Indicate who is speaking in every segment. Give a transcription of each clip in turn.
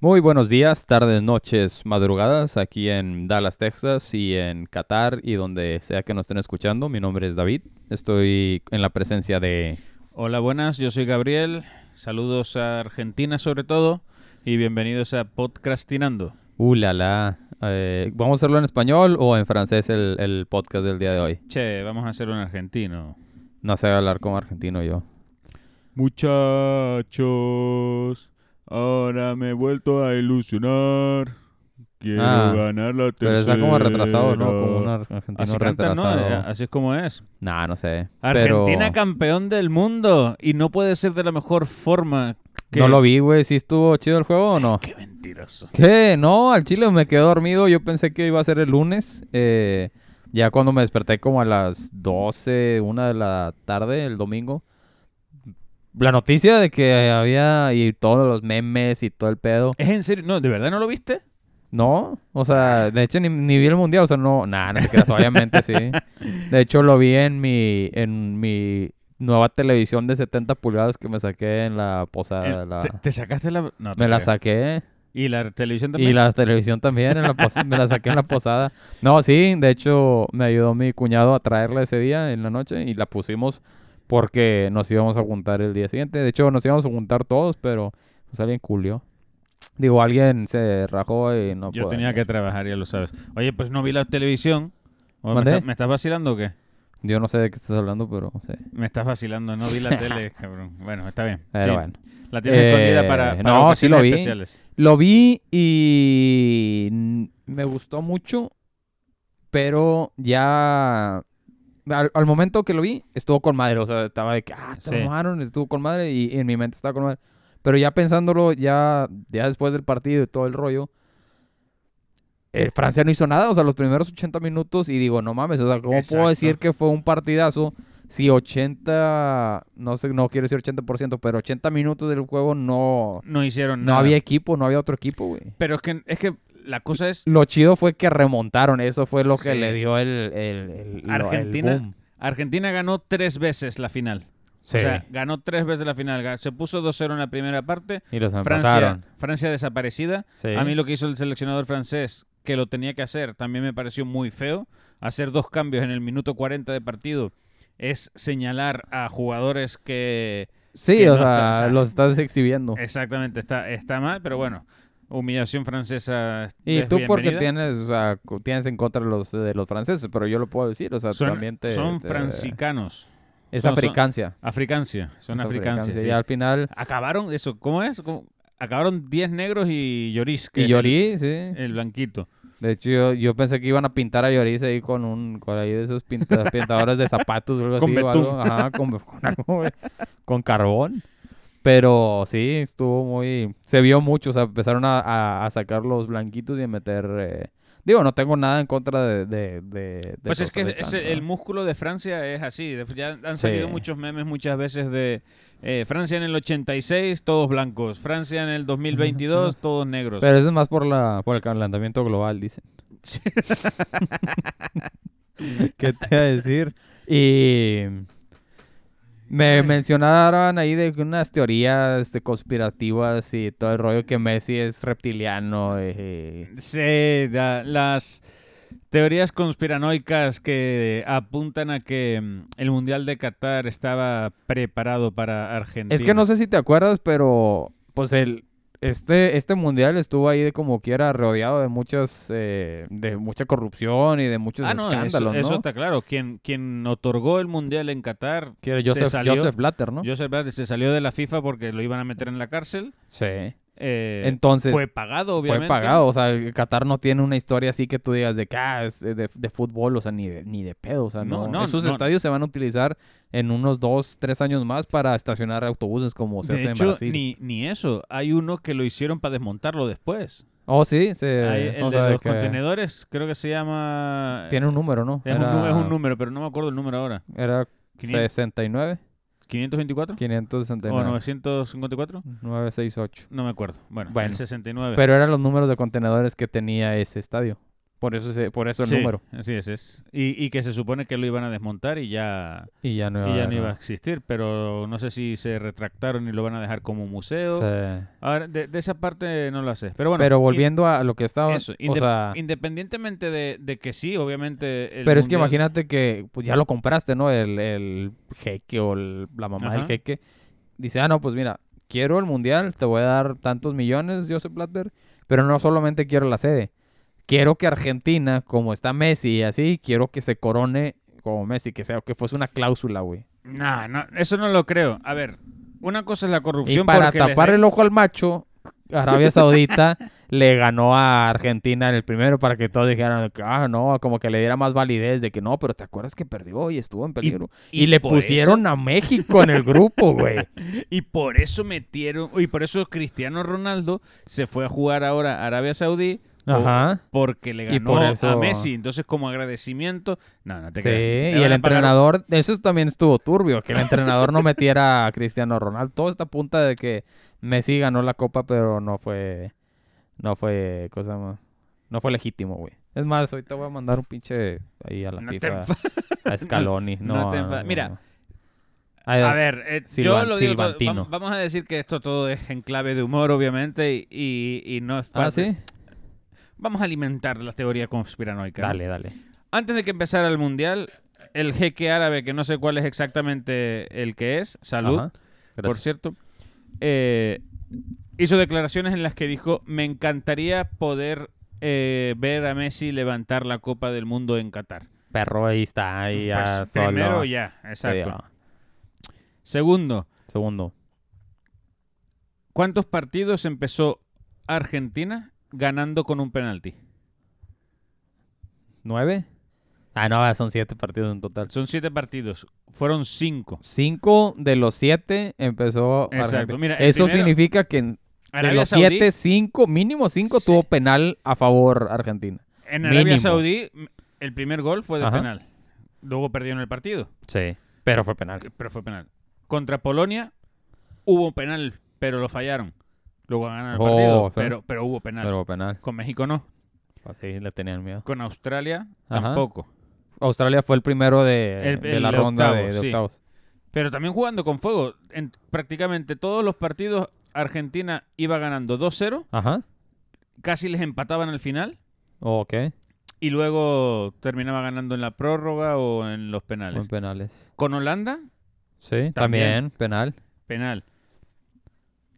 Speaker 1: Muy buenos días, tardes, noches, madrugadas aquí en Dallas, Texas y en Qatar y donde sea que nos estén escuchando. Mi nombre es David. Estoy en la presencia de...
Speaker 2: Hola, buenas, yo soy Gabriel. Saludos a Argentina sobre todo y bienvenidos a Podcastinando.
Speaker 1: Uh, la, la. Eh, ¿Vamos a hacerlo en español o en francés el, el podcast del día de hoy?
Speaker 2: Che, vamos a hacerlo en argentino.
Speaker 1: No sé hablar como argentino yo.
Speaker 3: Muchachos, ahora me he vuelto a ilusionar. Quiero
Speaker 1: Ah,
Speaker 3: ganar la
Speaker 1: Pero
Speaker 3: tercera.
Speaker 1: está como retrasado, ¿no? Como un ar- argentino
Speaker 2: Así cantan,
Speaker 1: retrasado.
Speaker 2: ¿no? Eh, Así es como es.
Speaker 1: Nah, no sé.
Speaker 2: Argentina
Speaker 1: pero
Speaker 2: campeón del mundo y no puede ser de la mejor forma. Que...
Speaker 1: No lo vi, güey. ¿Sí estuvo chido el juego o no?
Speaker 2: Qué mentiroso.
Speaker 1: ¿Qué? No, al chile me quedé dormido. Yo pensé que iba a ser el lunes. Eh, ya cuando me desperté como a las 12, una de la tarde, el domingo. La noticia de que había y todos los memes y todo el pedo.
Speaker 2: ¿Es en serio? No, ¿de verdad no lo viste?
Speaker 1: No, o sea, de hecho ni, ni vi el mundial, o sea, no, nada, no te creas, obviamente sí. De hecho lo vi en mi, en mi nueva televisión de 70 pulgadas que me saqué en la posada.
Speaker 2: Eh,
Speaker 1: la-
Speaker 2: ¿Te, te sacaste la.? No, te
Speaker 1: Me la
Speaker 2: creo.
Speaker 1: saqué.
Speaker 2: ¿Y la televisión también?
Speaker 1: Y la televisión también, en la pos- me la saqué en la posada. No, sí, de hecho me ayudó mi cuñado a traerla ese día en la noche y la pusimos porque nos íbamos a juntar el día siguiente. De hecho nos íbamos a juntar todos, pero pues alguien culió. Digo, alguien se rajó y no
Speaker 2: Yo
Speaker 1: pude.
Speaker 2: tenía que trabajar, ya lo sabes. Oye, pues no vi la televisión. Oye, ¿Me,
Speaker 1: ¿Mandé?
Speaker 2: está- ¿Me estás vacilando o qué?
Speaker 1: Yo no sé de qué estás hablando, pero sí.
Speaker 2: Me estás vacilando, no vi la tele, cabrón. Bueno, está bien.
Speaker 1: Pero
Speaker 2: Sí,
Speaker 1: bueno.
Speaker 2: La tienes
Speaker 1: Eh,
Speaker 2: escondida para, para
Speaker 1: no, sí lo
Speaker 2: ocasiones
Speaker 1: vi.
Speaker 2: especiales.
Speaker 1: Lo vi y mm, me gustó mucho, pero ya al, al momento que lo vi estuvo con madre, o sea, estaba de que, ah, te
Speaker 2: Sí.
Speaker 1: mamaron", estuvo con madre y, y en mi mente estaba con madre. Pero ya pensándolo, ya, ya después del partido y todo el rollo, eh, Francia no hizo nada, o sea, los primeros 80 minutos y digo, no mames, o sea, ¿cómo puedo
Speaker 2: Exacto.
Speaker 1: decir que fue un partidazo si 80, no sé, no quiero decir 80%, pero 80 minutos del juego no...
Speaker 2: No hicieron
Speaker 1: No
Speaker 2: nada.
Speaker 1: había equipo, no había otro equipo, güey.
Speaker 2: Pero es que, es que la cosa es,
Speaker 1: Lo chido fue que remontaron, eso fue lo que
Speaker 2: Sí.
Speaker 1: le dio el, el- el- lo- el
Speaker 2: Argentina.
Speaker 1: boom.
Speaker 2: Argentina ganó tres veces la final. O sea, ganó tres veces la final. Ga- Se puso 2-0 en la primera parte.
Speaker 1: y los
Speaker 2: Francia,
Speaker 1: empataron.
Speaker 2: Francia desaparecida.
Speaker 1: Sí.
Speaker 2: A mí lo que hizo el seleccionador francés, que lo tenía que hacer, también me pareció muy feo. Hacer dos cambios en el minuto 40 de partido es señalar a jugadores que
Speaker 1: Sí,
Speaker 2: que
Speaker 1: o
Speaker 2: no está-
Speaker 1: sea,
Speaker 2: o sea,
Speaker 1: los estás exhibiendo.
Speaker 2: exactamente está, está mal, pero bueno, humillación francesa.
Speaker 1: Y
Speaker 2: es
Speaker 1: tú porque
Speaker 2: bienvenida.
Speaker 1: tienes, o sea, cu- tienes en contra los, eh, de los franceses, pero yo lo puedo decir, o sea,
Speaker 2: son,
Speaker 1: también te...
Speaker 2: son
Speaker 1: te-
Speaker 2: francicanos.
Speaker 1: Es
Speaker 2: son- son-
Speaker 1: africancia.
Speaker 2: Africancia, son
Speaker 1: Es
Speaker 2: africancia.
Speaker 1: africancia.
Speaker 2: sí.
Speaker 1: Y al final...
Speaker 2: Acabaron, eso, ¿cómo es? ¿Cómo? Acabaron 10 negros y Lloris. que
Speaker 1: Y
Speaker 2: es el-
Speaker 1: Llorí, sí.
Speaker 2: El blanquito.
Speaker 1: De hecho, yo, yo pensé que iban a pintar a Lloris ahí con un, con ahí de esos pinta- pintadores de zapatos o algo
Speaker 2: Con
Speaker 1: así. o
Speaker 2: betún.
Speaker 1: algo. Ajá, con, con algo, güey, con carbón. Pero sí, estuvo muy... Se vio mucho, o sea, empezaron a, a- a sacar los blanquitos y a meter... eh, Digo, no tengo nada en contra de... de, de- de
Speaker 2: Pues es
Speaker 1: los
Speaker 2: que
Speaker 1: americanos,
Speaker 2: ese-
Speaker 1: ¿no?
Speaker 2: el músculo de Francia es así. de- Ya han
Speaker 1: Sí.
Speaker 2: salido muchos memes muchas veces de eh, Francia en el 86, todos blancos. Francia en el 2022, todos negros.
Speaker 1: Pero eso es más por, la, por el calentamiento global, dicen.
Speaker 2: Pues Sí.
Speaker 1: ¿Qué te iba a decir? Y me mencionaron ahí de que unas teorías de conspirativas y todo el rollo que Messi es reptiliano. eh,
Speaker 2: Sí, da- las teorías conspiranoicas que apuntan a que mm, el Mundial de Qatar estaba preparado para Argentina.
Speaker 1: Es que no sé si te acuerdas, pero pues el este este mundial estuvo ahí de como quiera rodeado de muchas eh, de mucha corrupción y de muchos
Speaker 2: Ah, no, eso-
Speaker 1: escándalos,
Speaker 2: eso,
Speaker 1: ¿no?
Speaker 2: está claro. Quien, quien otorgó el Mundial en Qatar,
Speaker 1: Que
Speaker 2: se
Speaker 1: Joseph,
Speaker 2: salió.
Speaker 1: Joseph Blatter, ¿no?
Speaker 2: Joseph Blatter, se salió de la FIFA porque lo iban a meter en la cárcel.
Speaker 1: Sí.
Speaker 2: Eh,
Speaker 1: Entonces,
Speaker 2: fue pagado, obviamente.
Speaker 1: Fue pagado, o sea, Qatar no tiene una historia así que tú digas de que ah, es de, de fútbol, o sea, ni de, ni de pedo, o sea, no.
Speaker 2: No, no,
Speaker 1: Esos
Speaker 2: no.
Speaker 1: estadios se van a utilizar en unos dos, tres años más para estacionar autobuses como se
Speaker 2: De
Speaker 1: hace
Speaker 2: hecho,
Speaker 1: en Brasil.
Speaker 2: ni, ni eso. Hay uno que lo hicieron para desmontarlo después.
Speaker 1: Oh, sí, se,
Speaker 2: Hay el
Speaker 1: o
Speaker 2: de
Speaker 1: sea,
Speaker 2: los
Speaker 1: que
Speaker 2: contenedores, creo que se llama...
Speaker 1: Tiene un número, ¿no?
Speaker 2: es, un, nu- es un número, pero no me acuerdo el número ahora.
Speaker 1: Era
Speaker 2: 500.
Speaker 1: 69,
Speaker 2: ¿524?
Speaker 1: 569,
Speaker 2: ¿O 954?
Speaker 1: 968.
Speaker 2: No me acuerdo. Bueno,
Speaker 1: Bueno,
Speaker 2: el 69.
Speaker 1: Pero eran los números de contenedores que tenía ese estadio. Por eso, se- por eso el
Speaker 2: Sí,
Speaker 1: número.
Speaker 2: Así es. es. Y, y que se supone que lo iban a desmontar y ya,
Speaker 1: Y ya no iba
Speaker 2: y
Speaker 1: a
Speaker 2: ya no
Speaker 1: haber
Speaker 2: iba a
Speaker 1: nada.
Speaker 2: existir, pero no sé si se retractaron y lo van a dejar como museo.
Speaker 1: Sí.
Speaker 2: Ahora, de, de esa parte no la sé. Pero bueno,
Speaker 1: Pero
Speaker 2: in-
Speaker 1: volviendo a lo que estaba.
Speaker 2: eso,
Speaker 1: o
Speaker 2: inde-
Speaker 1: sea,
Speaker 2: independientemente de, de que sí, obviamente. el
Speaker 1: pero es que
Speaker 2: mundial-
Speaker 1: imagínate que pues, ya lo compraste, ¿no? El, el jeque o el- la mamá del
Speaker 2: Ajá.
Speaker 1: jeque. Dice, ah, no, pues mira, quiero el mundial, te voy a dar tantos millones, Joseph Platter. Pero no solamente quiero la sede. Quiero que Argentina, como está Messi y así, quiero que se corone como Messi, que sea, que fuese una cláusula, güey.
Speaker 2: Nah, no, eso no lo creo. A ver, una cosa es la
Speaker 1: Y
Speaker 2: corrupción.
Speaker 1: para
Speaker 2: porque les
Speaker 1: tapar
Speaker 2: den-
Speaker 1: el ojo al macho, Arabia Saudita le ganó a Argentina en el primero para que todos dijeran que, ah, no, como que le diera más validez de que no, pero ¿te acuerdas que perdió y estuvo en peligro? Y, le
Speaker 2: por
Speaker 1: pusieron a México en el grupo, güey.
Speaker 2: eso- y por eso metieron. Y por eso Cristiano Ronaldo se fue a jugar ahora a Arabia Saudí. o-
Speaker 1: Ajá.
Speaker 2: Porque le
Speaker 1: Y
Speaker 2: ganó
Speaker 1: por
Speaker 2: a
Speaker 1: eso-
Speaker 2: Messi. Entonces, como agradecimiento. No, no te
Speaker 1: Sí,
Speaker 2: creas. Te
Speaker 1: y
Speaker 2: van
Speaker 1: el
Speaker 2: a pagar-
Speaker 1: entrenador, eso también estuvo turbio, que el entrenador no metiera a Cristiano Ronaldo. Todo está a punta de que Messi ganó la copa, pero no fue, no fue, cosa más, no fue legítimo, güey. Es más, ahorita voy a mandar un pinche ahí a la
Speaker 2: No te
Speaker 1: FIFA,
Speaker 2: enfa-
Speaker 1: a Scaloni. No,
Speaker 2: no te enfa- Mira,
Speaker 1: Ay,
Speaker 2: A ver, eh, yo
Speaker 1: Silvan-
Speaker 2: lo digo todo,
Speaker 1: Silvantino.
Speaker 2: vam- vamos a decir que esto todo es en clave de humor, obviamente, y, y- y no es
Speaker 1: ¿Ah,
Speaker 2: fácil.
Speaker 1: sí?
Speaker 2: Vamos a alimentar la teoría conspiranoica. ¿no?
Speaker 1: Dale, dale.
Speaker 2: Antes de que empezara el mundial, el jeque árabe, que no sé cuál es exactamente el que es, salud,
Speaker 1: Ajá.
Speaker 2: por
Speaker 1: Gracias.
Speaker 2: cierto, eh, hizo declaraciones en las que dijo: Me encantaría poder eh, ver a Messi levantar la Copa del Mundo en Qatar.
Speaker 1: Perro ahí está, ahí ya
Speaker 2: Pues,
Speaker 1: solo.
Speaker 2: primero ya, exacto.
Speaker 1: Ya.
Speaker 2: Segundo,
Speaker 1: Segundo.
Speaker 2: ¿Cuántos partidos empezó Argentina ganando con un penalti?
Speaker 1: ¿Nueve? Ah, no, son siete partidos en total.
Speaker 2: Son siete partidos. Fueron cinco.
Speaker 1: Cinco de los siete empezó.
Speaker 2: Exacto,
Speaker 1: Argentina.
Speaker 2: mira, el
Speaker 1: Eso
Speaker 2: primero-
Speaker 1: significa que en- de
Speaker 2: Arabia
Speaker 1: los
Speaker 2: Saudí,
Speaker 1: siete, cinco, mínimo cinco
Speaker 2: Sí.
Speaker 1: tuvo penal a favor Argentina.
Speaker 2: en Arabia
Speaker 1: mínimo.
Speaker 2: Saudí, m- el primer gol fue de
Speaker 1: Ajá.
Speaker 2: penal. Luego perdieron el partido,
Speaker 1: Sí, pero fue penal.
Speaker 2: que- pero fue penal. Contra Polonia hubo un penal, pero lo fallaron. Luego ganaron el
Speaker 1: Oh,
Speaker 2: partido,
Speaker 1: o sea,
Speaker 2: pero, pero hubo penal.
Speaker 1: Pero penal.
Speaker 2: Con México no.
Speaker 1: Así le tenían miedo.
Speaker 2: Con Australia
Speaker 1: Ajá.
Speaker 2: tampoco.
Speaker 1: Australia fue el primero de,
Speaker 2: El-
Speaker 1: de la
Speaker 2: el
Speaker 1: ronda de-
Speaker 2: octavo,
Speaker 1: de,
Speaker 2: sí.
Speaker 1: octavos.
Speaker 2: Pero también jugando con fuego. En prácticamente todos los partidos Argentina iba ganando 2-0.
Speaker 1: Ajá.
Speaker 2: Casi les empataban al final.
Speaker 1: Oh, Ok.
Speaker 2: Y luego terminaba ganando en la prórroga o en los
Speaker 1: En
Speaker 2: penales.
Speaker 1: penales.
Speaker 2: Con Holanda,
Speaker 1: Sí,
Speaker 2: También.
Speaker 1: también penal.
Speaker 2: penal.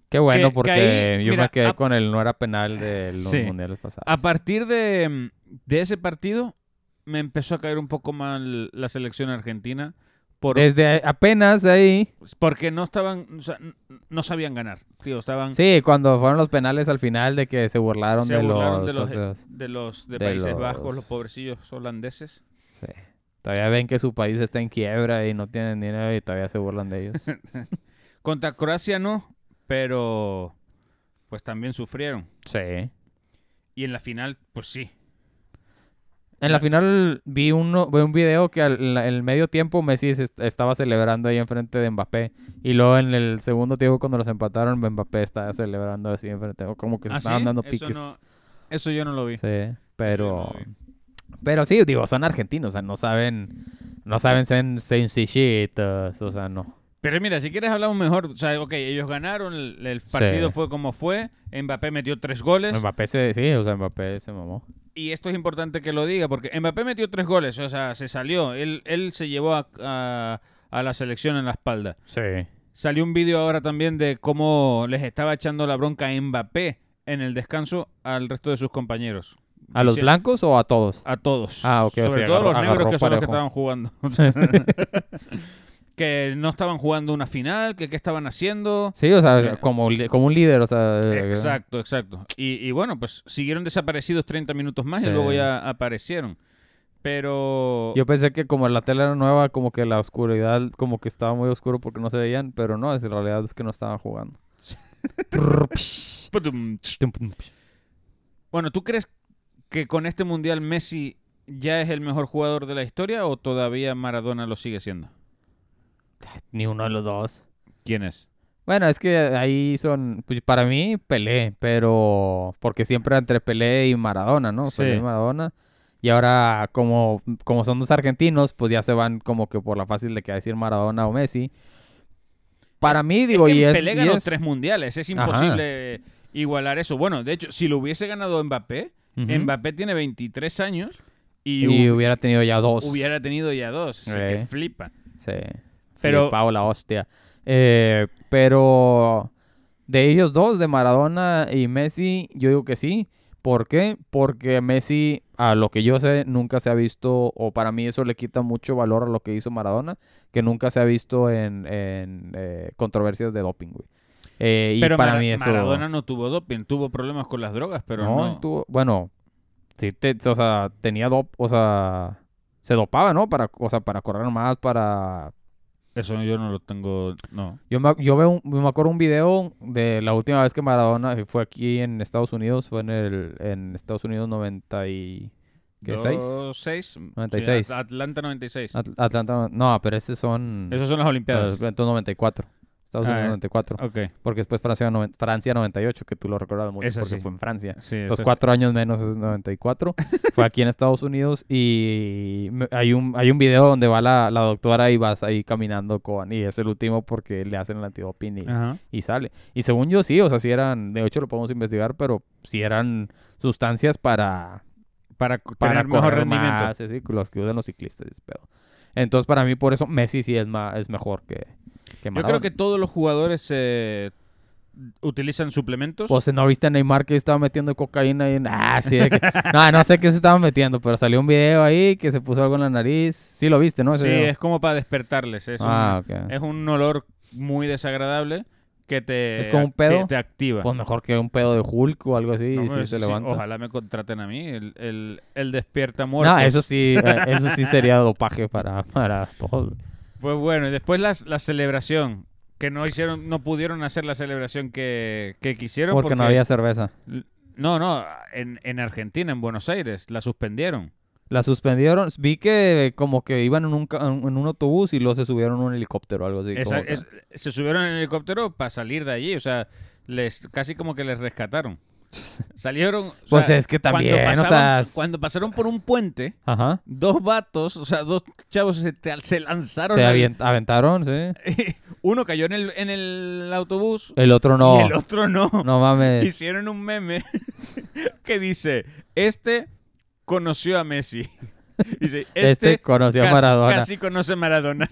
Speaker 1: Qué bueno,
Speaker 2: que
Speaker 1: porque
Speaker 2: ahí,
Speaker 1: yo
Speaker 2: mira,
Speaker 1: me quedé
Speaker 2: a-
Speaker 1: con el no era penal de los
Speaker 2: Sí.
Speaker 1: mundiales pasados.
Speaker 2: A partir de, de ese partido me empezó a caer un poco mal la selección argentina por,
Speaker 1: Desde apenas ahí.
Speaker 2: porque no estaban, o sea, n- no sabían ganar, tío, estaban
Speaker 1: Sí, cuando fueron los penales al final de que se burlaron,
Speaker 2: se
Speaker 1: de,
Speaker 2: burlaron
Speaker 1: los,
Speaker 2: de los
Speaker 1: otros.
Speaker 2: de los de
Speaker 1: de
Speaker 2: Países
Speaker 1: los-
Speaker 2: Bajos, los pobrecillos holandeses.
Speaker 1: Sí. Todavía ven que su país está en quiebra y no tienen dinero y todavía se burlan de ellos.
Speaker 2: Contra Croacia no, pero pues también sufrieron.
Speaker 1: sí.
Speaker 2: Y en la final, pues sí,
Speaker 1: En la final vi, uno, vi un video que al, en la- en el medio tiempo Messi se est- estaba celebrando ahí enfrente de Mbappé. Y luego en el segundo tiempo cuando los empataron, Mbappé estaba celebrando así enfrente. o Como que se
Speaker 2: ¿Ah,
Speaker 1: estaban
Speaker 2: sí?
Speaker 1: dando
Speaker 2: Eso
Speaker 1: piques.
Speaker 2: no- eso yo no lo vi.
Speaker 1: Sí, pero...
Speaker 2: Sí, no,
Speaker 1: pero sí, digo, son argentinos, o sea, no saben... No saben ser sencillitos, o sea, no.
Speaker 2: Pero mira, si quieres hablamos mejor. O sea, ok, ellos ganaron, el, el partido
Speaker 1: Sí.
Speaker 2: fue como fue, Mbappé metió tres goles.
Speaker 1: Mbappé se... Sí, o sea, Mbappé se mamó.
Speaker 2: Y esto es importante que lo diga, porque Mbappé metió tres goles, o sea, se salió, él, él se llevó a, a- a la selección en la espalda.
Speaker 1: Sí.
Speaker 2: Salió un vídeo ahora también de cómo les estaba echando la bronca a Mbappé en el descanso al resto de sus compañeros.
Speaker 1: ¿A los
Speaker 2: Dice-
Speaker 1: blancos o a todos?
Speaker 2: A todos.
Speaker 1: Ah, ok, o
Speaker 2: Sobre
Speaker 1: sea,
Speaker 2: todo
Speaker 1: agarró-
Speaker 2: los negros
Speaker 1: agarró
Speaker 2: que son los que
Speaker 1: parejo.
Speaker 2: estaban jugando. que no estaban jugando una final, que qué estaban haciendo.
Speaker 1: Sí, o
Speaker 2: Eh.
Speaker 1: sea, como, li- como un líder, o sea... eh,
Speaker 2: Exacto, exacto. Y, y bueno, pues siguieron desaparecidos 30 minutos más y
Speaker 1: Sí.
Speaker 2: luego ya aparecieron. Pero...
Speaker 1: Yo pensé que como la tele era nueva, como que la oscuridad, como que estaba muy oscuro porque no se veían, pero no, es en realidad es que no estaban jugando. Trrr, psh,
Speaker 2: Putum.
Speaker 1: tum, pum, psh.
Speaker 2: Bueno, ¿tú crees que con este mundial Messi ya es el mejor jugador de la historia o todavía Maradona lo sigue siendo?
Speaker 1: Ni uno de los dos.
Speaker 2: ¿Quién es?
Speaker 1: Bueno, es que ahí son, pues para mí Pelé, pero porque siempre era entre Pelé y Maradona, ¿no?
Speaker 2: Sí.
Speaker 1: Pelé y Maradona. Y ahora, como, como son dos argentinos, pues ya se van como que por la fácil de que decir Maradona o Messi. Para mí, digo,
Speaker 2: es que
Speaker 1: y, es,
Speaker 2: Pelé
Speaker 1: y
Speaker 2: ganó
Speaker 1: es-
Speaker 2: tres mundiales. Es imposible igualar eso. Bueno, de hecho, si lo hubiese ganado Mbappé,
Speaker 1: Ujú.
Speaker 2: Mbappé tiene 23 años y,
Speaker 1: y
Speaker 2: hu-
Speaker 1: hubiera tenido ya dos.
Speaker 2: hubiera tenido ya dos. O sea, que
Speaker 1: Eh.
Speaker 2: flipa.
Speaker 1: Sí.
Speaker 2: Pero-
Speaker 1: Pero. Paola, hostia. Eh, pero. De ellos dos, de Maradona y Messi, yo digo que sí. ¿Por qué? Porque Messi, a lo que yo sé, nunca se ha visto, o para mí eso le quita mucho valor a lo que hizo Maradona, que nunca se ha visto en, en, eh, controversias de doping, güey. Eh, y
Speaker 2: pero
Speaker 1: para
Speaker 2: Mara-
Speaker 1: mí eso.
Speaker 2: Maradona no tuvo doping, tuvo problemas con las drogas, pero
Speaker 1: no,
Speaker 2: no.
Speaker 1: estuvo. Bueno, sí, te- o sea, tenía dop, o sea, se dopaba, ¿no? Para, o sea, para correr más, para
Speaker 2: Eso yo no lo tengo. No.
Speaker 1: Yo me, yo veo un- me acuerdo un video de la última vez que Maradona fue aquí en Estados Unidos, fue en el en Estados Unidos 96. ¿Qué, seis?
Speaker 2: Dos, seis.
Speaker 1: 96.
Speaker 2: Sí, At- Atlanta 96.
Speaker 1: At- Atlanta, no, pero esos son
Speaker 2: Esas son las Olimpiadas.
Speaker 1: los 94. Estados
Speaker 2: Ah,
Speaker 1: Unidos
Speaker 2: eh.
Speaker 1: 94,
Speaker 2: Ok.
Speaker 1: porque después Francia, noven- Francia 98, que tú lo recuerdas mucho
Speaker 2: Eso
Speaker 1: porque
Speaker 2: sí.
Speaker 1: fue en Francia.
Speaker 2: Sí,
Speaker 1: Los
Speaker 2: eso-
Speaker 1: cuatro años menos es 94. Fue aquí en Estados Unidos y me- hay un, hay un video donde va la, la doctora y vas ahí caminando con... Y es el último porque le hacen el antidoping y,
Speaker 2: Ajá.
Speaker 1: y sale. Y según yo sí, o sea, si eran, de hecho lo podemos investigar, pero si eran sustancias para,
Speaker 2: Para, co-
Speaker 1: para
Speaker 2: tener mejor
Speaker 1: correr
Speaker 2: rendimiento.
Speaker 1: más, sí, sí, los que usan los ciclistas, ese pedo. Entonces para mí por eso Messi sí es más, es mejor que, que
Speaker 2: Yo
Speaker 1: Maradona.
Speaker 2: creo que todos los jugadores eh, utilizan suplementos.
Speaker 1: Pues no viste a Neymar que estaba metiendo cocaína y ah, sí, de que- no, no sé qué se estaba metiendo, pero salió un video ahí que se puso algo en la nariz. Sí lo viste, ¿no? Ese
Speaker 2: sí,
Speaker 1: video.
Speaker 2: es como para despertarles. Es,
Speaker 1: ah,
Speaker 2: un,
Speaker 1: ok.
Speaker 2: es un olor muy desagradable que te,
Speaker 1: Es como un
Speaker 2: ac-
Speaker 1: pedo.
Speaker 2: te, te activa.
Speaker 1: Pues mejor que un pedo de Hulk o algo así
Speaker 2: No,
Speaker 1: y sí
Speaker 2: pues,
Speaker 1: se
Speaker 2: sí,
Speaker 1: levanta.
Speaker 2: ojalá me contraten a mí. El, el, el despierta muertos.
Speaker 1: no, eso sí, eh, eso sí sería dopaje para, para todos.
Speaker 2: Pues bueno, y después las, la celebración. Que no hicieron, no pudieron hacer la celebración que, que quisieron.
Speaker 1: Porque no había cerveza.
Speaker 2: No, no, en, en Argentina, en Buenos Aires, la suspendieron.
Speaker 1: La suspendieron. Vi que como que iban en un, ca- en un autobús y luego se subieron a un helicóptero o algo así.
Speaker 2: Esa-
Speaker 1: como que-
Speaker 2: es- se subieron en el helicóptero para salir de allí, o sea, les casi como que les rescataron. Salieron. o
Speaker 1: Pues
Speaker 2: sea,
Speaker 1: es que
Speaker 2: cuando
Speaker 1: también, o sea,
Speaker 2: pasaban-
Speaker 1: es-
Speaker 2: cuando pasaron por un puente,
Speaker 1: Ajá.
Speaker 2: dos vatos, o sea, dos chavos se, te- se lanzaron.
Speaker 1: Se
Speaker 2: al-
Speaker 1: avien- aventaron, sí.
Speaker 2: Eh, Uno cayó en el, en el autobús
Speaker 1: El otro no.
Speaker 2: y el otro no.
Speaker 1: No mames.
Speaker 2: Hicieron un meme que dice: Este conoció a Messi. Dice,
Speaker 1: Este,
Speaker 2: este,
Speaker 1: conoció a
Speaker 2: casi-
Speaker 1: Maradona.
Speaker 2: casi conoce a Maradona.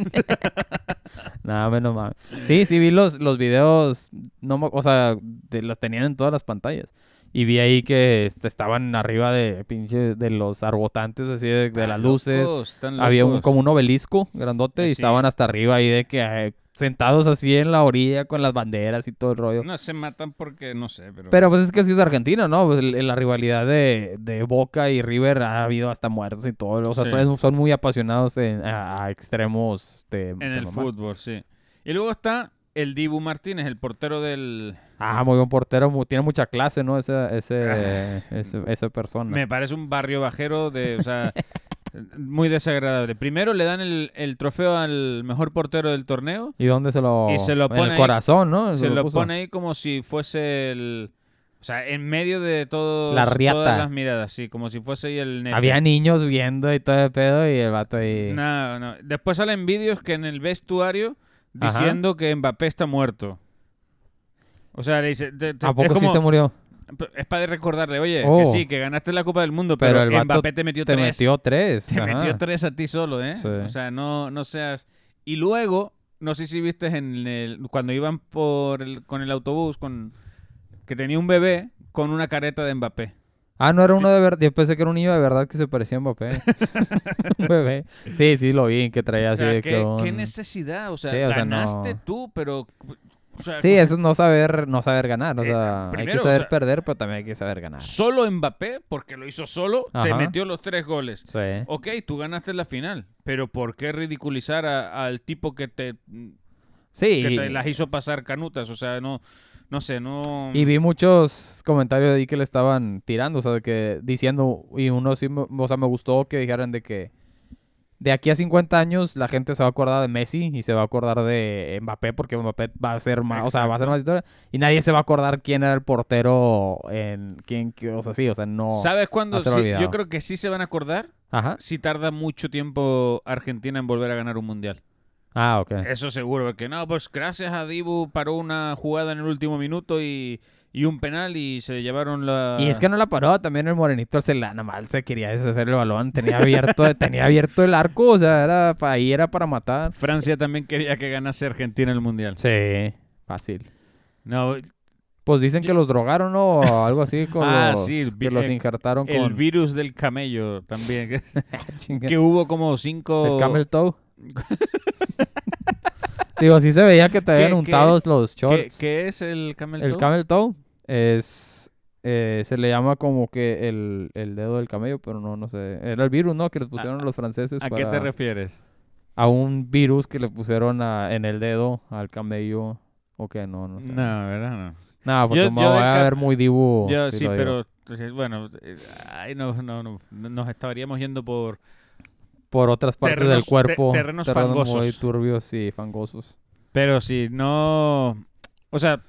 Speaker 1: Nada, menos mames. Sí, sí vi los, los videos, no, me- o sea, de- los tenían en todas las pantallas. Y vi ahí que est- estaban arriba de pinche de los arbotantes así de, de
Speaker 2: Ah,
Speaker 1: las luces.
Speaker 2: Locos, tan
Speaker 1: Había un,
Speaker 2: locos.
Speaker 1: como un obelisco grandote y
Speaker 2: Eh, Sí.
Speaker 1: estaban hasta arriba ahí de que eh, sentados así en la orilla con las banderas y todo el rollo.
Speaker 2: No, se matan porque no sé, pero.
Speaker 1: Pero pues es que así es Argentina, ¿no? Pues, el- la rivalidad de, de Boca y River ha habido hasta muertos y todo. O sea,
Speaker 2: Sí.
Speaker 1: son, son muy apasionados en- a, a extremos. Este,
Speaker 2: en el fútbol, sí. Y luego está el Dibu Martínez, el portero del.
Speaker 1: Ah, muy buen portero. mu- tiene mucha clase, ¿no? Ese, ese, ese- esa persona.
Speaker 2: ah, Me parece un barrio bajero de. O sea, muy desagradable. Primero le dan el, el trofeo al mejor portero del torneo.
Speaker 1: ¿Y dónde se lo,
Speaker 2: Y se lo
Speaker 1: En
Speaker 2: pone
Speaker 1: el
Speaker 2: ahí.
Speaker 1: corazón, ¿no?
Speaker 2: se lo
Speaker 1: puso.
Speaker 2: pone ahí como si fuese el. O sea, en medio de todo,
Speaker 1: La riata.
Speaker 2: todas las miradas, sí, como si fuese ahí el nepe.
Speaker 1: Había niños viendo y todo el pedo y el vato ahí...
Speaker 2: No, no. Después salen vídeos que en el vestuario
Speaker 1: Ajá.
Speaker 2: diciendo que Mbappé está muerto. O sea, le dice. te- te-
Speaker 1: ¿A
Speaker 2: es
Speaker 1: poco sí
Speaker 2: como-
Speaker 1: se murió?
Speaker 2: Es para recordarle, oye,
Speaker 1: Oh.
Speaker 2: que sí, que ganaste la Copa del Mundo,
Speaker 1: Pero
Speaker 2: pero,
Speaker 1: el vato
Speaker 2: Mbappé te metió
Speaker 1: Te
Speaker 2: tres.
Speaker 1: metió tres.
Speaker 2: te
Speaker 1: ajá.
Speaker 2: metió tres a ti solo, ¿eh?
Speaker 1: Sí.
Speaker 2: O sea, no, no seas. Y luego, no sé si viste en el, cuando iban por el- con el autobús, con que tenía un bebé con una careta de Mbappé.
Speaker 1: Ah, no era uno de verdad. Yo pensé que era un niño de verdad que se parecía a Mbappé. un bebé. Sí, sí, lo vi, que traía
Speaker 2: o sea,
Speaker 1: así
Speaker 2: ¿qué,
Speaker 1: de que un-
Speaker 2: qué necesidad? O sea,
Speaker 1: Sí, o sea,
Speaker 2: ganaste
Speaker 1: no.
Speaker 2: tú, pero. o sea,
Speaker 1: Sí, eso es no saber, no saber ganar. O
Speaker 2: Eh,
Speaker 1: sea, hay
Speaker 2: primero,
Speaker 1: que
Speaker 2: o
Speaker 1: saber
Speaker 2: sea-
Speaker 1: perder, pero también hay que saber ganar. Sí.
Speaker 2: Solo Mbappé, porque lo hizo solo, te
Speaker 1: Ajá.
Speaker 2: metió los tres goles. Ok, tú ganaste la final, pero ¿por qué ridiculizar a- al tipo que te
Speaker 1: Sí.
Speaker 2: que te las hizo pasar canutas, o sea, no, no sé, no...
Speaker 1: Y vi muchos comentarios ahí que le estaban tirando, o sea, de que diciendo, y uno sí, me- o sea, me gustó que dijeran de que, de aquí a 50 años la gente se va a acordar de Messi y se va a acordar de Mbappé porque Mbappé va a ser más, o sea, va a ser más historia y nadie se va a acordar quién era el portero en quién, qué- o sea, sí, o sea, no.
Speaker 2: ¿Sabes cuándo?
Speaker 1: hacer
Speaker 2: sí?
Speaker 1: olvidado.
Speaker 2: yo creo que sí se van a acordar
Speaker 1: Ajá.
Speaker 2: si tarda mucho tiempo Argentina en volver a ganar un mundial.
Speaker 1: Ah, ok.
Speaker 2: Eso seguro, porque no, pues gracias a Dibu paró una jugada en el último minuto y, y un penal y se llevaron la...
Speaker 1: Y es que no la paró, también el morenito se la nada más se quería deshacer el balón, tenía abierto, tenía abierto el arco, o sea, era pa- ahí era para matar.
Speaker 2: Francia también quería que ganase Argentina el mundial.
Speaker 1: Sí, fácil.
Speaker 2: No,
Speaker 1: Pues dicen que los drogaron, ¿no? O algo así, con
Speaker 2: Ah,
Speaker 1: los-
Speaker 2: sí, el vi-
Speaker 1: que los
Speaker 2: el-
Speaker 1: injertaron
Speaker 2: el
Speaker 1: con...
Speaker 2: virus del camello también. que-
Speaker 1: Chinga.
Speaker 2: Que hubo como cinco.
Speaker 1: El camel toe. Digo, sí se veía que te habían
Speaker 2: ¿Qué- qué
Speaker 1: untados los
Speaker 2: ¿Qué,
Speaker 1: shorts.
Speaker 2: qué es el camel
Speaker 1: el
Speaker 2: toe?
Speaker 1: camel toe es... eh, se le llama como que el, el dedo del camello, pero no, no sé. Era el virus, ¿no? Que les pusieron los franceses
Speaker 2: Ah, ¿A qué
Speaker 1: para-
Speaker 2: te refieres?
Speaker 1: a un virus que le pusieron a- en el dedo al camello. O que no, no sé.
Speaker 2: No, ¿verdad?
Speaker 1: No, porque
Speaker 2: Yo-
Speaker 1: me
Speaker 2: yo
Speaker 1: voy
Speaker 2: del
Speaker 1: a
Speaker 2: cam-
Speaker 1: ver muy dibu.
Speaker 2: No. Yo
Speaker 1: si
Speaker 2: sí,
Speaker 1: lo digo.
Speaker 2: pero. entonces, Bueno, eh, ay, no, no, no, nos estaríamos yendo por.
Speaker 1: Por otras partes
Speaker 2: terrenos-
Speaker 1: del cuerpo.
Speaker 2: te- terrenos
Speaker 1: muy
Speaker 2: fangosos.
Speaker 1: turbios y fangosos.
Speaker 2: Pero si no. O sea,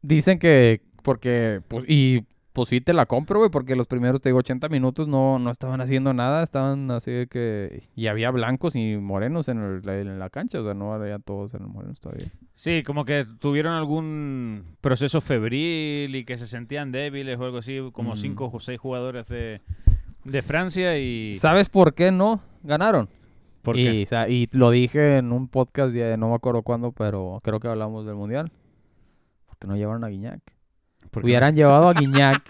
Speaker 1: Dicen que porque pues y pues sí te la compro, güey, porque los primeros te digo 80 minutos no no estaban haciendo nada, estaban así de que y había blancos y morenos en, el- en la cancha, o sea, no había todos en el morenos todavía.
Speaker 2: sí, como que tuvieron algún proceso febril y que se sentían débiles o algo así, como
Speaker 1: Mm.
Speaker 2: cinco o seis jugadores de, de Francia y.
Speaker 1: ¿Sabes por qué no ganaron?
Speaker 2: ¿Por
Speaker 1: y,
Speaker 2: qué?
Speaker 1: o sea, y lo dije en un podcast de no me acuerdo cuándo, pero creo que hablamos del mundial. Porque no llevaron a Guiñac.
Speaker 2: ¿Por qué?
Speaker 1: Hubieran llevado a Guiñac,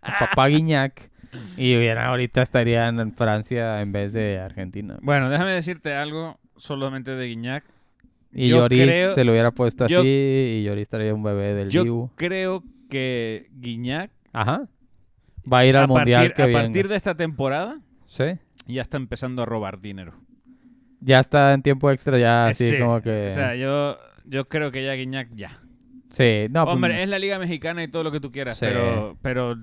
Speaker 1: a papá Guiñac, y hubieran ahorita estarían en Francia en vez de Argentina.
Speaker 2: Bueno, déjame decirte algo solamente de Guiñac.
Speaker 1: Y
Speaker 2: Yo
Speaker 1: Lloris
Speaker 2: creo-
Speaker 1: se lo hubiera puesto
Speaker 2: yo-
Speaker 1: así y Lloris traía un bebé del
Speaker 2: Yo
Speaker 1: Dibu.
Speaker 2: creo que Guiñac,
Speaker 1: Ajá. Va a ir al
Speaker 2: a,
Speaker 1: mundial
Speaker 2: partir,
Speaker 1: que
Speaker 2: a
Speaker 1: viene.
Speaker 2: partir de esta temporada,
Speaker 1: Sí.
Speaker 2: ya está empezando a robar dinero.
Speaker 1: Ya está en tiempo extra, ya
Speaker 2: Eh,
Speaker 1: así
Speaker 2: sí,
Speaker 1: como que.
Speaker 2: O sea, yo, yo creo que ya Guiñac ya.
Speaker 1: sí, no, pues,
Speaker 2: Hombre, es la Liga Mexicana y todo lo que tú quieras,
Speaker 1: Sí.
Speaker 2: pero, pero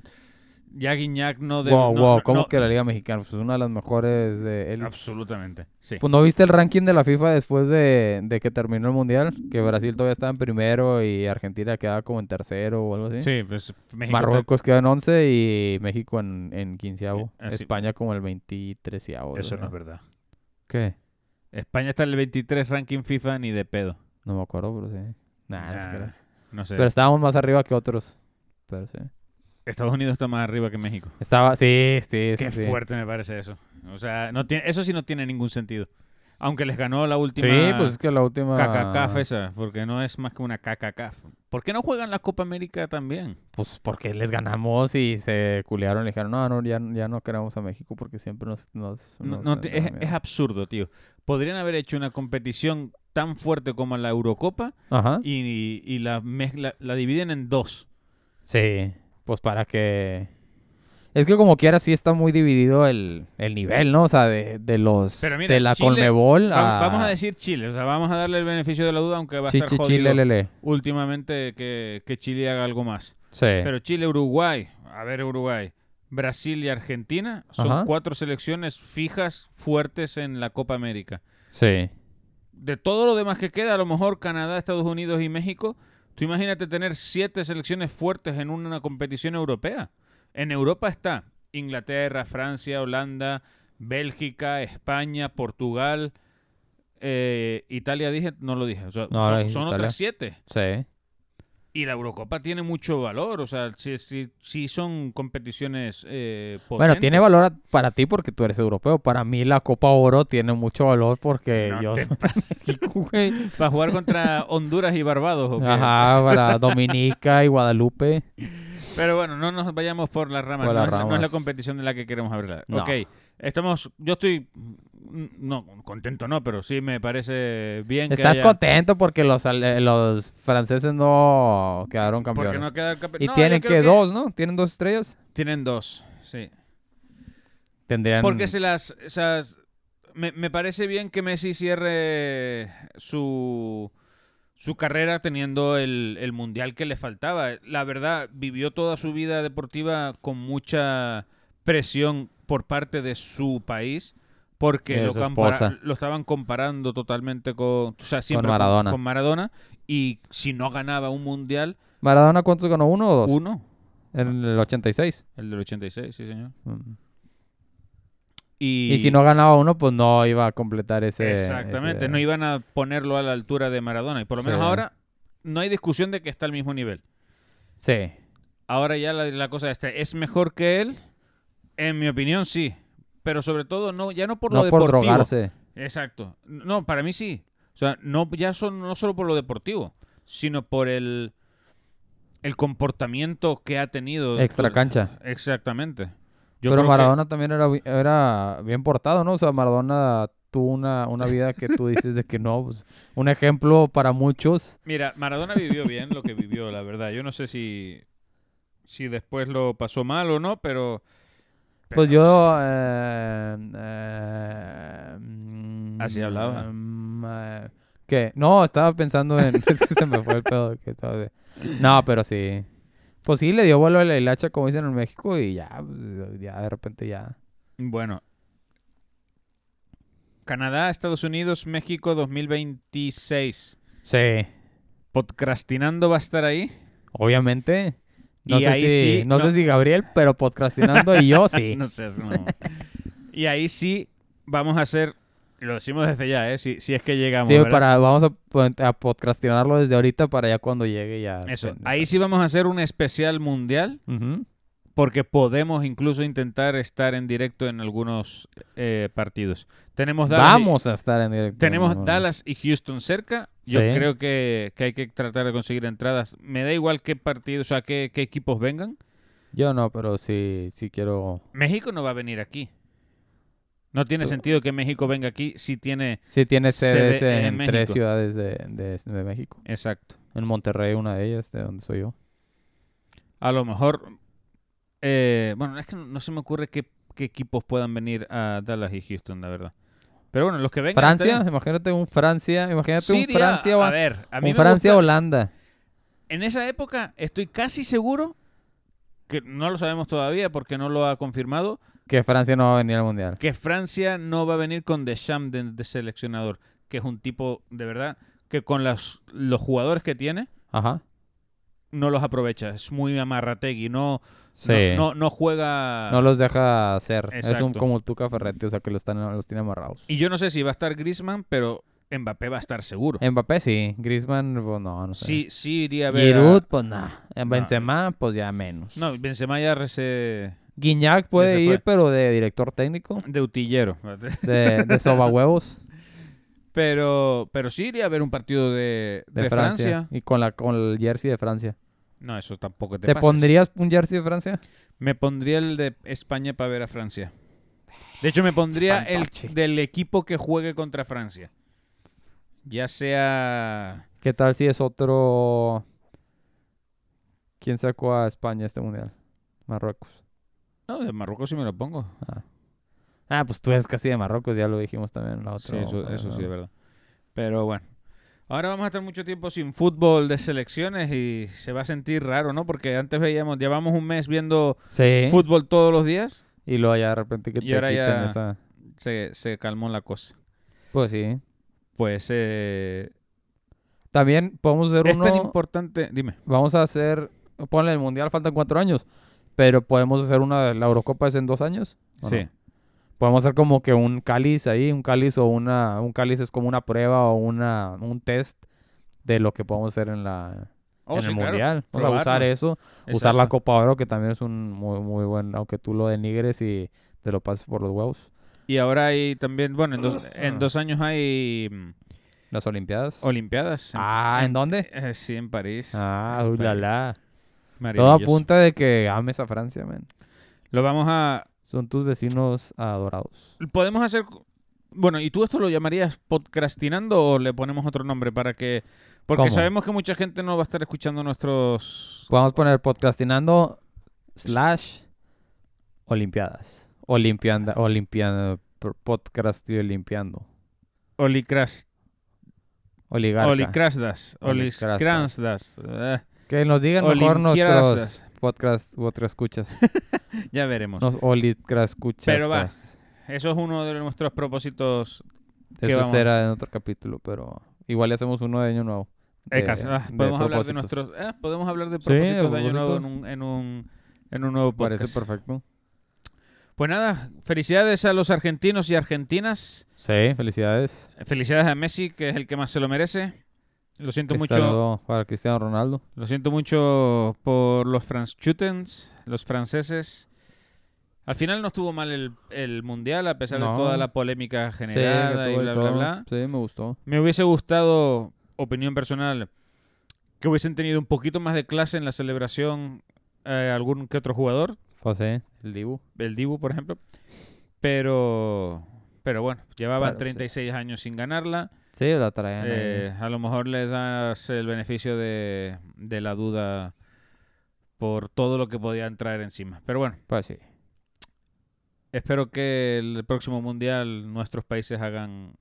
Speaker 2: ya Guiñac no debe.
Speaker 1: wow,
Speaker 2: no-
Speaker 1: wow,
Speaker 2: no-
Speaker 1: ¿cómo
Speaker 2: no-
Speaker 1: que la Liga Mexicana? Pues es una de las mejores de. el-
Speaker 2: Absolutamente, sí.
Speaker 1: Pues no viste el ranking de la FIFA después de, de que terminó el mundial, que Brasil todavía estaba en primero y Argentina quedaba como en tercero o algo así.
Speaker 2: Sí, pues México
Speaker 1: Marruecos quedó en once y México en, en quinceavo.
Speaker 2: Eh, así-
Speaker 1: España como el veintitreceavo.
Speaker 2: está- Eso no es
Speaker 1: ¿verdad?
Speaker 2: verdad.
Speaker 1: ¿Qué?
Speaker 2: España está en el 23 ranking FIFA ni de pedo.
Speaker 1: No me acuerdo, pero sí. Nah, no te
Speaker 2: Nah,
Speaker 1: creas.
Speaker 2: No sé.
Speaker 1: Pero estábamos más arriba que otros. Pero sí.
Speaker 2: Estados Unidos está más arriba que México.
Speaker 1: Estaba, sí, sí, sí.
Speaker 2: Qué
Speaker 1: sí.
Speaker 2: fuerte me parece eso. O sea, no tiene, eso sí no tiene ningún sentido. Aunque les ganó la
Speaker 1: Sí,
Speaker 2: última
Speaker 1: pues ah. es que la última.
Speaker 2: KKKF esa, porque no es más que una KKKF. ¿Por qué no juegan la Copa América también?
Speaker 1: Pues porque les ganamos y se culearon. Le dijeron, no, no, ya, ya no queremos a México porque siempre nos. nos,
Speaker 2: No,
Speaker 1: nos-
Speaker 2: no
Speaker 1: nos
Speaker 2: te-
Speaker 1: da
Speaker 2: es,
Speaker 1: miedo".
Speaker 2: es absurdo, tío. Podrían haber hecho una competición tan fuerte como la Eurocopa
Speaker 1: Ajá.
Speaker 2: y, y la, mezcla- la dividen en dos.
Speaker 1: Sí, pues para que. Es que como quiera sí está muy dividido el, el nivel, ¿no? O sea, de, de los
Speaker 2: Pero mira,
Speaker 1: de la
Speaker 2: Chile-
Speaker 1: Conmebol
Speaker 2: Va-
Speaker 1: a
Speaker 2: Vamos a decir Chile, o sea, vamos a darle el beneficio de la duda, aunque va a
Speaker 1: Chi,
Speaker 2: estar
Speaker 1: chi, chi, le,
Speaker 2: jodido
Speaker 1: le, le.
Speaker 2: últimamente que- que Chile haga algo más.
Speaker 1: Sí.
Speaker 2: Pero Chile, Uruguay, a ver Uruguay, Brasil y Argentina son
Speaker 1: Ajá.
Speaker 2: cuatro selecciones fijas fuertes en la Copa América.
Speaker 1: Sí.
Speaker 2: De todo lo demás que queda, a lo mejor Canadá, Estados Unidos y México, tú imagínate tener siete selecciones fuertes en una competición europea. En Europa está Inglaterra, Francia, Holanda, Bélgica, España, Portugal, eh, Italia, dije, no lo dije, o sea,
Speaker 1: No, no
Speaker 2: son,
Speaker 1: dijiste
Speaker 2: son
Speaker 1: Italia.
Speaker 2: otras siete.
Speaker 1: Sí.
Speaker 2: Y la Eurocopa tiene mucho valor, o sea, sí, sí- sí son competiciones eh,
Speaker 1: Bueno,
Speaker 2: potentes.
Speaker 1: tiene valor a- para ti porque tú eres europeo. Para mí la Copa Oro tiene mucho valor porque
Speaker 2: No
Speaker 1: eh, yo
Speaker 2: te
Speaker 1: soy México, güey.
Speaker 2: Para jugar contra Honduras y Barbados. ¿o qué?
Speaker 1: Ajá, para Dominica y Guadalupe.
Speaker 2: Pero bueno, no nos vayamos por las ramas.
Speaker 1: Por
Speaker 2: no,
Speaker 1: las
Speaker 2: es la- no es la
Speaker 1: ramas.
Speaker 2: competición de la que queremos hablar.
Speaker 1: No.
Speaker 2: Ok, estamos... Yo estoy... mm, No, contento no, pero sí me parece bien que
Speaker 1: Estás
Speaker 2: haya-
Speaker 1: contento porque los, ale- los franceses no quedaron
Speaker 2: Porque
Speaker 1: campeones.
Speaker 2: no queda el campe-
Speaker 1: Y
Speaker 2: No, yo
Speaker 1: tienen que,
Speaker 2: creo
Speaker 1: dos, ¿no? Tienen dos estrellas.
Speaker 2: Tienen dos, sí.
Speaker 1: Tendrían.
Speaker 2: Porque se las... esas- me, me parece bien que Messi cierre su, su carrera teniendo el, el mundial que le faltaba. La verdad, vivió toda su vida deportiva con mucha presión por parte de su país porque
Speaker 1: Es
Speaker 2: lo,
Speaker 1: su
Speaker 2: compara-
Speaker 1: esposa.
Speaker 2: lo estaban comparando totalmente con, o sea, siempre
Speaker 1: Maradona.
Speaker 2: con Maradona. Y si no ganaba un mundial,
Speaker 1: ¿Maradona cuántos ganó? ¿Uno o dos?
Speaker 2: uno,
Speaker 1: En el 86.
Speaker 2: el del 86, sí, señor.
Speaker 1: Mm.
Speaker 2: Y,
Speaker 1: Y, si no ganaba uno, pues no iba a completar ese.
Speaker 2: Exactamente,
Speaker 1: ese-
Speaker 2: no iban a ponerlo a la altura de Maradona. Y por lo menos
Speaker 1: Sí.
Speaker 2: ahora no hay discusión de que está al mismo nivel.
Speaker 1: Sí.
Speaker 2: Ahora ya la, la cosa esta, ¿es mejor que él? En mi opinión, sí. Pero sobre todo, no, ya no por
Speaker 1: no
Speaker 2: lo
Speaker 1: por
Speaker 2: deportivo.
Speaker 1: drogarse.
Speaker 2: Exacto. No, para mí sí. O sea, no, ya son, no solo por lo deportivo, sino por el, el comportamiento que ha tenido.
Speaker 1: Extra cancha.
Speaker 2: Exactamente.
Speaker 1: Pero
Speaker 2: creo que-
Speaker 1: Maradona también era, bi- era bien portado, ¿no? O sea, Maradona tuvo una, una vida que tú dices de que no. pues, un ejemplo para muchos.
Speaker 2: Mira, Maradona vivió bien lo que vivió, la verdad. Yo no sé si, si después lo pasó mal o no, pero...
Speaker 1: Pues
Speaker 2: pero
Speaker 1: yo. eh, eh, mm,
Speaker 2: Así hablaba.
Speaker 1: mm, eh, ¿Qué? No, estaba pensando en. es que se me fue el pedo. Que estaba de- No, pero sí. Pues sí, le dio vuelo a la hilacha, como dicen en México, y ya, pues, ya de repente ya.
Speaker 2: Bueno. Canadá, Estados Unidos, México 2026.
Speaker 1: Sí.
Speaker 2: Podcastinando va a estar ahí.
Speaker 1: Obviamente. No,
Speaker 2: Y
Speaker 1: sé,
Speaker 2: ahí
Speaker 1: si,
Speaker 2: sí,
Speaker 1: no,
Speaker 2: no-
Speaker 1: sé si Gabriel, pero podcastinando y yo sí.
Speaker 2: No seas mamón. Y ahí sí vamos a hacer, lo decimos desde ya, ¿eh? si, si es que llegamos.
Speaker 1: sí,
Speaker 2: ¿verdad?
Speaker 1: para, vamos a, pon- a podcastinarlo desde ahorita para ya cuando llegue ya.
Speaker 2: Eso.
Speaker 1: ten-
Speaker 2: Ahí sí vamos a hacer un especial mundial
Speaker 1: Ujú.
Speaker 2: porque podemos incluso intentar estar en directo en algunos eh, partidos. Tenemos Dallas,
Speaker 1: Vamos a estar en directo.
Speaker 2: tenemos
Speaker 1: Bueno.
Speaker 2: Dallas y Houston cerca. Yo
Speaker 1: Sí.
Speaker 2: creo que, que hay que tratar de conseguir entradas. Me da igual qué partidos, o sea, qué, qué equipos vengan.
Speaker 1: Yo no, pero sí, sí quiero.
Speaker 2: México no va a venir aquí. No tiene
Speaker 1: Tú-
Speaker 2: sentido que México venga aquí si tiene...
Speaker 1: Sí, tiene
Speaker 2: Sede
Speaker 1: sedes
Speaker 2: en
Speaker 1: en, tres
Speaker 2: México.
Speaker 1: ciudades de, de- de México.
Speaker 2: Exacto.
Speaker 1: En Monterrey, una de ellas, de donde soy yo.
Speaker 2: A lo mejor. eh, bueno, es que no se me ocurre qué, qué equipos puedan venir a Dallas y Houston, la verdad. Pero bueno, los que vengan.
Speaker 1: Francia,
Speaker 2: está
Speaker 1: imagínate un Francia,
Speaker 2: bien.
Speaker 1: imagínate
Speaker 2: Siria,
Speaker 1: un Francia, o-
Speaker 2: a ver, a mí
Speaker 1: un
Speaker 2: me
Speaker 1: Francia
Speaker 2: gusta-
Speaker 1: Holanda.
Speaker 2: En esa época estoy casi seguro que no lo sabemos todavía porque no lo ha confirmado.
Speaker 1: Que Francia no va a venir al mundial.
Speaker 2: Que Francia no va a venir con Deschamps de, de seleccionador, que es un tipo de verdad que con las- los jugadores que tiene
Speaker 1: Ajá.
Speaker 2: no los aprovecha. Es muy amarrategui, no,
Speaker 1: Sí.
Speaker 2: no, no, no juega.
Speaker 1: No los deja hacer. Es un
Speaker 2: Exacto.
Speaker 1: como el Tuca Ferretti, o sea que los, están, los tiene amarrados.
Speaker 2: Y yo no sé si va a estar Griezmann, pero Mbappé va a estar seguro.
Speaker 1: Mbappé sí, Griezmann pues, Eh, no, no sé.
Speaker 2: Sí, sí iría a ver. a-
Speaker 1: Giroud pues nada. Benzema pues ya menos.
Speaker 2: No, Benzema ya rese-
Speaker 1: Guiñac
Speaker 2: Ya
Speaker 1: puede
Speaker 2: se
Speaker 1: ir
Speaker 2: fue.
Speaker 1: pero de director técnico,
Speaker 2: de utillero.
Speaker 1: de, de sobahuevos
Speaker 2: Pero, pero sí iría a ver un partido de,
Speaker 1: de,
Speaker 2: de
Speaker 1: Francia.
Speaker 2: Francia.
Speaker 1: y con la con el jersey de Francia.
Speaker 2: No, eso tampoco te,
Speaker 1: ¿Te,
Speaker 2: pases.
Speaker 1: pondrías un jersey de Francia?
Speaker 2: Me pondría el de España para ver a Francia. De hecho, me pondría el
Speaker 1: Fantoche.
Speaker 2: del equipo que juegue contra Francia. Ya sea.
Speaker 1: ¿Qué tal si es otro ¿Quién sacó a España a este mundial? Marruecos.
Speaker 2: No, de Marruecos sí me lo pongo.
Speaker 1: Ah, pues tú eres casi de Marruecos, ya lo dijimos también en la
Speaker 2: Sí,
Speaker 1: otra.
Speaker 2: eso, eso sí
Speaker 1: ¿no?
Speaker 2: es verdad. Pero bueno. Ahora vamos a estar mucho tiempo sin fútbol de selecciones y se va a sentir raro, ¿no? Porque antes veíamos, llevamos un mes viendo
Speaker 1: Sí.
Speaker 2: fútbol todos los días.
Speaker 1: Y luego ya de repente que
Speaker 2: Y
Speaker 1: te
Speaker 2: ahora
Speaker 1: quiten
Speaker 2: ya-
Speaker 1: esa.
Speaker 2: Se, se calmó la cosa.
Speaker 1: Pues sí.
Speaker 2: Pues eh,
Speaker 1: También podemos hacer
Speaker 2: es tan
Speaker 1: uno.
Speaker 2: importante. Dime.
Speaker 1: Vamos a hacer. Ponle el mundial, faltan cuatro años. Pero podemos hacer una de la Eurocopa es en dos años. ¿o
Speaker 2: Sí.
Speaker 1: no? Podemos hacer como que un cáliz ahí, un cáliz o una. Un cáliz es como una prueba o una, un test de lo que podemos hacer en la
Speaker 2: Oh,
Speaker 1: en
Speaker 2: sí,
Speaker 1: el
Speaker 2: claro.
Speaker 1: mundial. O sea, usar
Speaker 2: Probarlo.
Speaker 1: eso, usar la
Speaker 2: Exacto.
Speaker 1: Copa Oro, que también es un muy, muy buen, aunque tú lo denigres y te lo pases por los huevos.
Speaker 2: Y ahora hay también, bueno, en dos,
Speaker 1: Ah.
Speaker 2: en dos años hay mm,
Speaker 1: Las Olimpiadas.
Speaker 2: Olimpiadas.
Speaker 1: Ah, ¿en dónde?
Speaker 2: eh, sí, en París.
Speaker 1: Ah,
Speaker 2: en
Speaker 1: ulala.
Speaker 2: París.
Speaker 1: Todo
Speaker 2: Maravilloso.
Speaker 1: apunta de que ames a Francia, man.
Speaker 2: Lo vamos a,
Speaker 1: Son tus vecinos adorados.
Speaker 2: Podemos hacer. Bueno, ¿y tú esto lo llamarías podcastinando o le ponemos otro nombre para que. Porque
Speaker 1: ¿Cómo?
Speaker 2: sabemos que mucha gente no va a estar escuchando nuestros.
Speaker 1: Podemos poner podcastinando slash olimpiadas. Olimpianda, olimpianda, por- podcast y olimpiando.
Speaker 2: Olicras,
Speaker 1: Oligarca.
Speaker 2: olicrasdas. Olicrasdas. eh,
Speaker 1: que nos digan mejor
Speaker 2: Olimpiadas.
Speaker 1: nuestros podcast, podcast escuchas.
Speaker 2: ya veremos.
Speaker 1: Nos olicrascuchas.
Speaker 2: Pero va. Eso es uno de nuestros propósitos. ¿Qué
Speaker 1: Eso
Speaker 2: vamos?
Speaker 1: será en otro capítulo, pero igual ya hacemos uno de año nuevo.
Speaker 2: Eh,
Speaker 1: de-
Speaker 2: casi- ah,
Speaker 1: de
Speaker 2: podemos hablar de
Speaker 1: propósitos.
Speaker 2: nuestros. eh, podemos hablar de
Speaker 1: Sí,
Speaker 2: propósitos
Speaker 1: de
Speaker 2: de año nuevo en
Speaker 1: propósitos.
Speaker 2: un, en un, en un nuevo podcast.
Speaker 1: Parece perfecto.
Speaker 2: Pues nada, felicidades a los argentinos y argentinas.
Speaker 1: Sí, felicidades.
Speaker 2: Felicidades a Messi, que es el que más se lo merece. Lo siento mucho.
Speaker 1: Saludo para Cristiano Ronaldo.
Speaker 2: Lo siento mucho por los franchutens, los franceses. Al final no estuvo mal el, el mundial, a pesar
Speaker 1: No.
Speaker 2: de toda la polémica
Speaker 1: sí, que
Speaker 2: generada y
Speaker 1: tuvo de
Speaker 2: bla, bla,
Speaker 1: todo.
Speaker 2: bla.
Speaker 1: Sí, me gustó.
Speaker 2: Me hubiese gustado, opinión personal, que hubiesen tenido un poquito más de clase en la celebración eh, algún que otro jugador,
Speaker 1: Pues sí, el Dibu.
Speaker 2: el Dibu, por ejemplo. Pero, pero bueno, llevaban
Speaker 1: Claro, sí.
Speaker 2: 36 años sin ganarla.
Speaker 1: Sí, la traían. ahí.
Speaker 2: Eh, a lo mejor les das el beneficio de, de la duda por todo lo que podían traer encima. Pero bueno,
Speaker 1: Pues sí.
Speaker 2: espero que el próximo mundial nuestros países hagan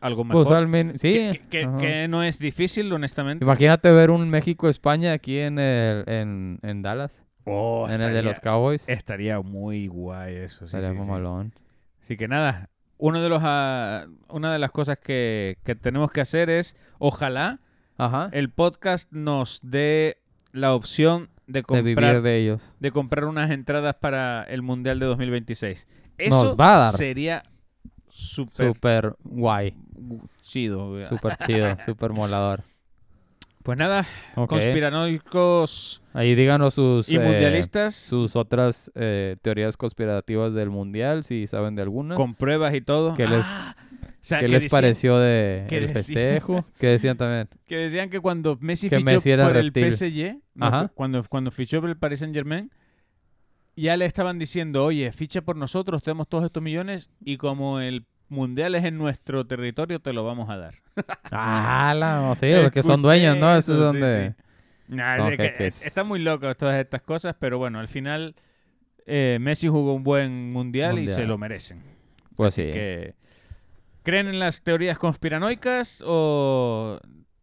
Speaker 2: algo mejor.
Speaker 1: Pues al menos. Sí.
Speaker 2: que, que- que-
Speaker 1: ajá.
Speaker 2: que no es difícil, honestamente.
Speaker 1: Imagínate ver un México-España aquí en, el, en, en Dallas,
Speaker 2: Oh,
Speaker 1: en el de los Cowboys.
Speaker 2: estaría muy guay eso. sí,
Speaker 1: Sería
Speaker 2: sí, sí.
Speaker 1: mamalón.
Speaker 2: Así que nada, uno de los, ah, una de las cosas que, que tenemos que hacer es, ojalá
Speaker 1: Ajá.
Speaker 2: el podcast nos dé la opción de
Speaker 1: De
Speaker 2: comprar
Speaker 1: vivir de ellos.
Speaker 2: de comprar unas entradas para el Mundial de 2026. Eso
Speaker 1: Nos va a dar.
Speaker 2: sería súper
Speaker 1: Súper guay.
Speaker 2: gu- chido. güey.
Speaker 1: Súper chido. Súper molador.
Speaker 2: Pues nada,
Speaker 1: Ok.
Speaker 2: conspiranoicos
Speaker 1: Ahí díganos sus.
Speaker 2: y
Speaker 1: eh,
Speaker 2: mundialistas,
Speaker 1: sus otras eh, teorías conspirativas del mundial, si saben de alguna.
Speaker 2: con pruebas y todo. Ah,
Speaker 1: ¿Qué les,
Speaker 2: O sea,
Speaker 1: qué
Speaker 2: que
Speaker 1: les
Speaker 2: decían-
Speaker 1: pareció de
Speaker 2: que
Speaker 1: el
Speaker 2: decían-
Speaker 1: festejo? ¿Qué decían también?
Speaker 2: Que decían que cuando Messi
Speaker 1: que
Speaker 2: fichó
Speaker 1: Messi era
Speaker 2: por
Speaker 1: reptil.
Speaker 2: el PSG, no,
Speaker 1: Ajá.
Speaker 2: cuando, cuando fichó por el Paris Saint Germain, ya le estaban diciendo, oye, ficha por nosotros, tenemos todos estos millones y como el Mundial es en nuestro territorio, te lo vamos a dar.
Speaker 1: Ah, la, no, sí, porque son dueños, ¿no? Eso es
Speaker 2: Escuché eso, sí,
Speaker 1: donde...
Speaker 2: Nah,
Speaker 1: Son
Speaker 2: es que
Speaker 1: jeques.
Speaker 2: está muy loco todas estas cosas, pero bueno, al final eh, Messi jugó un buen mundial, y
Speaker 1: Mundial.
Speaker 2: se lo merecen.
Speaker 1: Pues sí.
Speaker 2: Que- ¿Creen en las teorías conspiranoicas o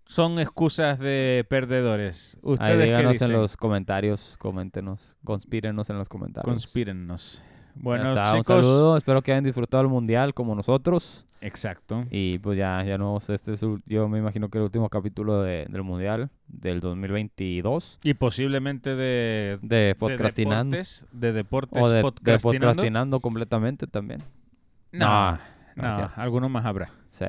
Speaker 2: son excusas de perdedores?
Speaker 1: Ahí
Speaker 2: Ustedes qué
Speaker 1: díganos
Speaker 2: dicen.
Speaker 1: en los comentarios, coméntenos, conspírenos en los comentarios.
Speaker 2: Conspírennos.
Speaker 1: Ya
Speaker 2: Bueno,
Speaker 1: está,
Speaker 2: chicos.
Speaker 1: un saludo, espero que hayan disfrutado el mundial como nosotros.
Speaker 2: Exacto.
Speaker 1: Y pues ya, ya nos, este es, el- yo me imagino que el último capítulo de- del mundial del 2022
Speaker 2: Y posiblemente de, de
Speaker 1: de podcastinando.
Speaker 2: deportes, de deportes
Speaker 1: o de, de
Speaker 2: podcastinando.
Speaker 1: podcastinando completamente también.
Speaker 2: No,
Speaker 1: no es
Speaker 2: no,
Speaker 1: cierto.
Speaker 2: alguno más habrá.
Speaker 1: Sí.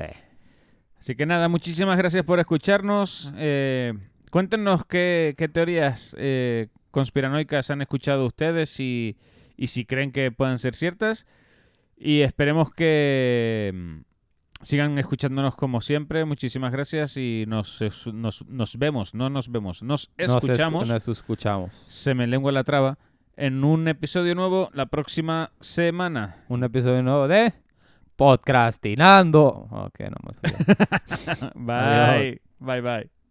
Speaker 2: Así que nada, muchísimas gracias por escucharnos. Eh, cuéntenos qué, qué teorías eh, conspiranoicas han escuchado ustedes y, y si creen que puedan ser ciertas. Y esperemos que mm, sigan escuchándonos como siempre. Muchísimas gracias y nos, es- nos, nos vemos, no nos vemos, nos
Speaker 1: Nos escu-
Speaker 2: escuchamos.
Speaker 1: nos escuchamos.
Speaker 2: Se me lengua la traba. En un episodio nuevo la próxima semana.
Speaker 1: un episodio nuevo de Podcastinando. Ok, no más.
Speaker 2: Bye. Bye, bye.